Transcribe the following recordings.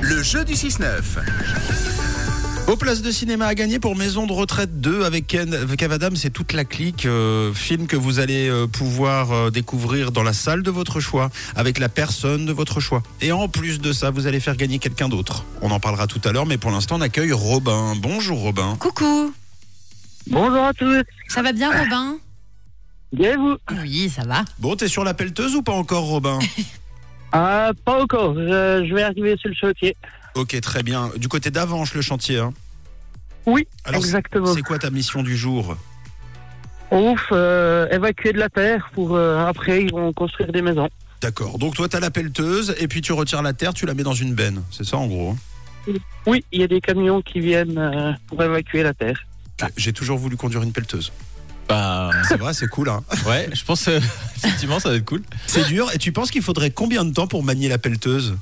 Le jeu du 6-9. Aux places de cinéma à gagner pour Maison de retraite 2 avec Ken, avec Kev Adams et toute la clique. euh, film que vous allez euh, pouvoir euh, découvrir dans la salle de votre choix, avec la personne de votre choix. Et en plus de ça, vous allez faire gagner quelqu'un d'autre. On en parlera tout à l'heure, mais pour l'instant, on accueille Robin. Bonjour Robin. Coucou, Bonjour à tous. ça va bien Robin Bien et vous Ah, Oui, ça va. Bon, t'es sur la pelleteuse ou pas encore Robin Ah, Pas encore. Je, je vais arriver sur le chantier. Ok, très bien. Du côté d'Avanche, le chantier. hein. Oui, Alors, c'est- exactement. c'est quoi ta mission du jour Ouf, euh, évacuer de la terre pour euh, après ils vont construire des maisons. D'accord. Donc toi, t'as la pelleteuse et puis tu retires la terre, tu la mets dans une benne. C'est ça en gros. hein Oui, il y a des camions qui viennent euh, pour évacuer la terre. J'ai- J'ai toujours voulu conduire une pelleteuse. Ah. Bah C'est vrai, c'est cool. Hein. ouais, je pense euh, effectivement ça va être cool. C'est dur. Et tu penses qu'il faudrait combien de temps pour manier la pelleteuse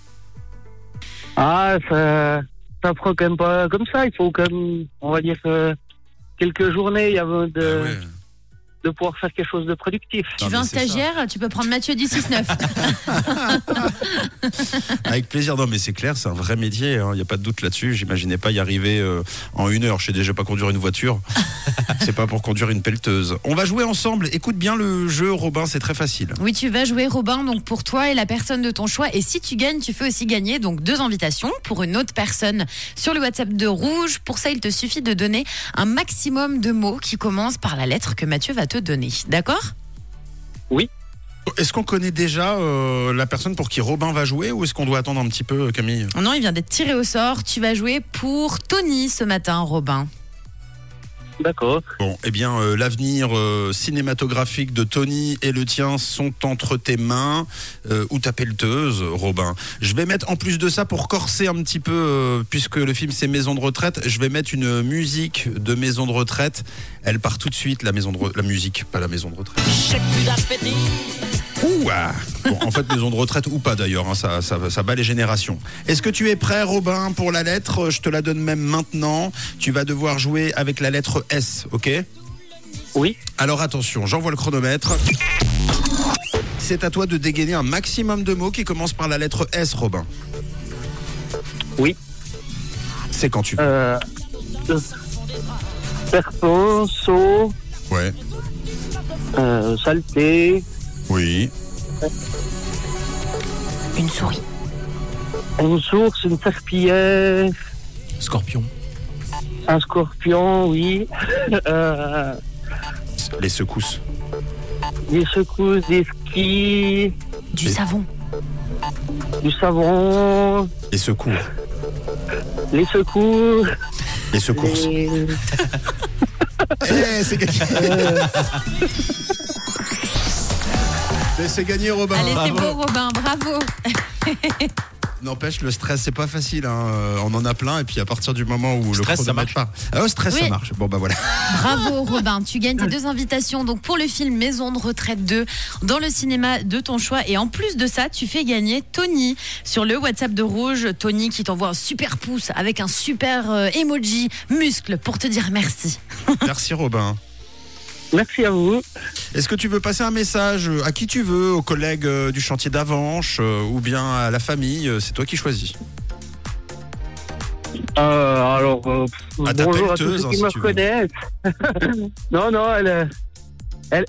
Ah, ça, ça prend quand même pas comme ça. Il faut comme, on va dire, euh, quelques journées avant de, Euh, Bah de pouvoir faire quelque chose de productif. Tu Non, veux mais un c'est ça. stagiaire Tu peux prendre Mathieu du 6-9. Ah, Avec plaisir. Non, mais c'est clair, c'est un vrai métier. Il n'y a pas de doute là-dessus. J'imaginais pas y arriver euh, en une heure. Je sais déjà pas conduire une voiture. c'est pas pour conduire une pelleteuse. On va jouer ensemble. Écoute bien le jeu, Robin. C'est très facile. oui, tu vas jouer Robin donc pour toi et la personne de ton choix. Et si tu gagnes, tu fais aussi gagner donc deux invitations pour une autre personne sur le WhatsApp de Rouge. Pour ça, il te suffit de donner un maximum de mots qui commencent par la lettre que Mathieu va te donner. D'accord Est-ce qu'on connaît déjà euh, la personne pour qui Robin va jouer ou est-ce qu'on doit attendre un petit peu, euh, Camille Non, il vient d'être tiré au sort. Tu vas jouer pour Tony ce matin, Robin. D'accord. Bon, eh bien, euh, l'avenir euh, cinématographique de Tony et le tien sont entre tes mains euh, ou ta pelleteuse, Robin. Je vais mettre, en plus de ça, pour corser un petit peu, euh, puisque le film c'est Maison de retraite, je vais mettre une musique de Maison de retraite. Elle part tout de suite, la maison de re- la musique, pas la maison de retraite. Ouh, ah. Bon, en fait, maison de retraite ou pas d'ailleurs, hein, ça, ça, ça bat les générations. Est-ce que tu es prêt, Robin, pour la lettre Je te la donne même maintenant. Tu vas devoir jouer avec la lettre S, ok Oui. alors attention, j'envoie le chronomètre. C'est à toi de dégainer un maximum de mots qui commencent par la lettre S, Robin. Oui. C'est quand tu veux. Euh, euh, serpent, seau, Ouais. euh, saleté, Oui. Une souris. une source, une serpillière. Scorpion. Un scorpion, oui. Euh, Les secousses. des secousses, des skis, Du Et- savon. du savon, Les secours. les secours. Les secours. les- Eh, c'est gagné. Mais c'est gagné, Robin. Allez, c'est bravo. beau, Robin. Bravo. N'empêche, le stress, c'est pas facile. hein. Euh, On en a plein. Et puis, à partir du moment où Stress, le ça chronomètre part. Ah, oh, stress, ça Oui. marche. Bon, bah voilà. Bravo Robin, tu gagnes tes deux invitations donc pour le film Maison de retraite 2 dans le cinéma de ton choix et en plus de ça, tu fais gagner Tony sur le WhatsApp de Rouge, Tony qui t'envoie un super pouce avec un super euh, emoji muscle pour te dire merci. Merci, Robin. Merci à vous. Est-ce que tu veux passer un message euh, à qui tu veux, aux collègues euh, du chantier d'Avanche euh, ou bien à la famille euh, C'est toi qui choisis. Euh, alors, euh, pff, Ah, t'as bonjour à tous pelleteuse, ceux hein, qui si me tu veux. connaissent. non, non, elle, euh, elle,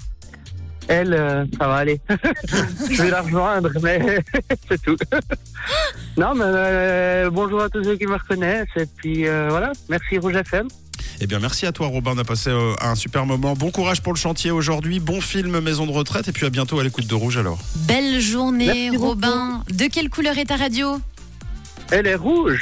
elle, euh, ça va aller. Je vais la rejoindre, mais c'est tout. non, mais euh, bonjour à tous ceux qui me reconnaissent. Et puis euh, voilà, merci Rouge FM. Eh bien, merci à toi, Robin. On a passé euh, un super moment. Bon courage pour le chantier aujourd'hui. Bon film Maison de retraite. Et puis à bientôt à l'écoute de Rouge alors. Belle journée Merci beaucoup. Robin. De quelle couleur est ta radio Elle est rouge.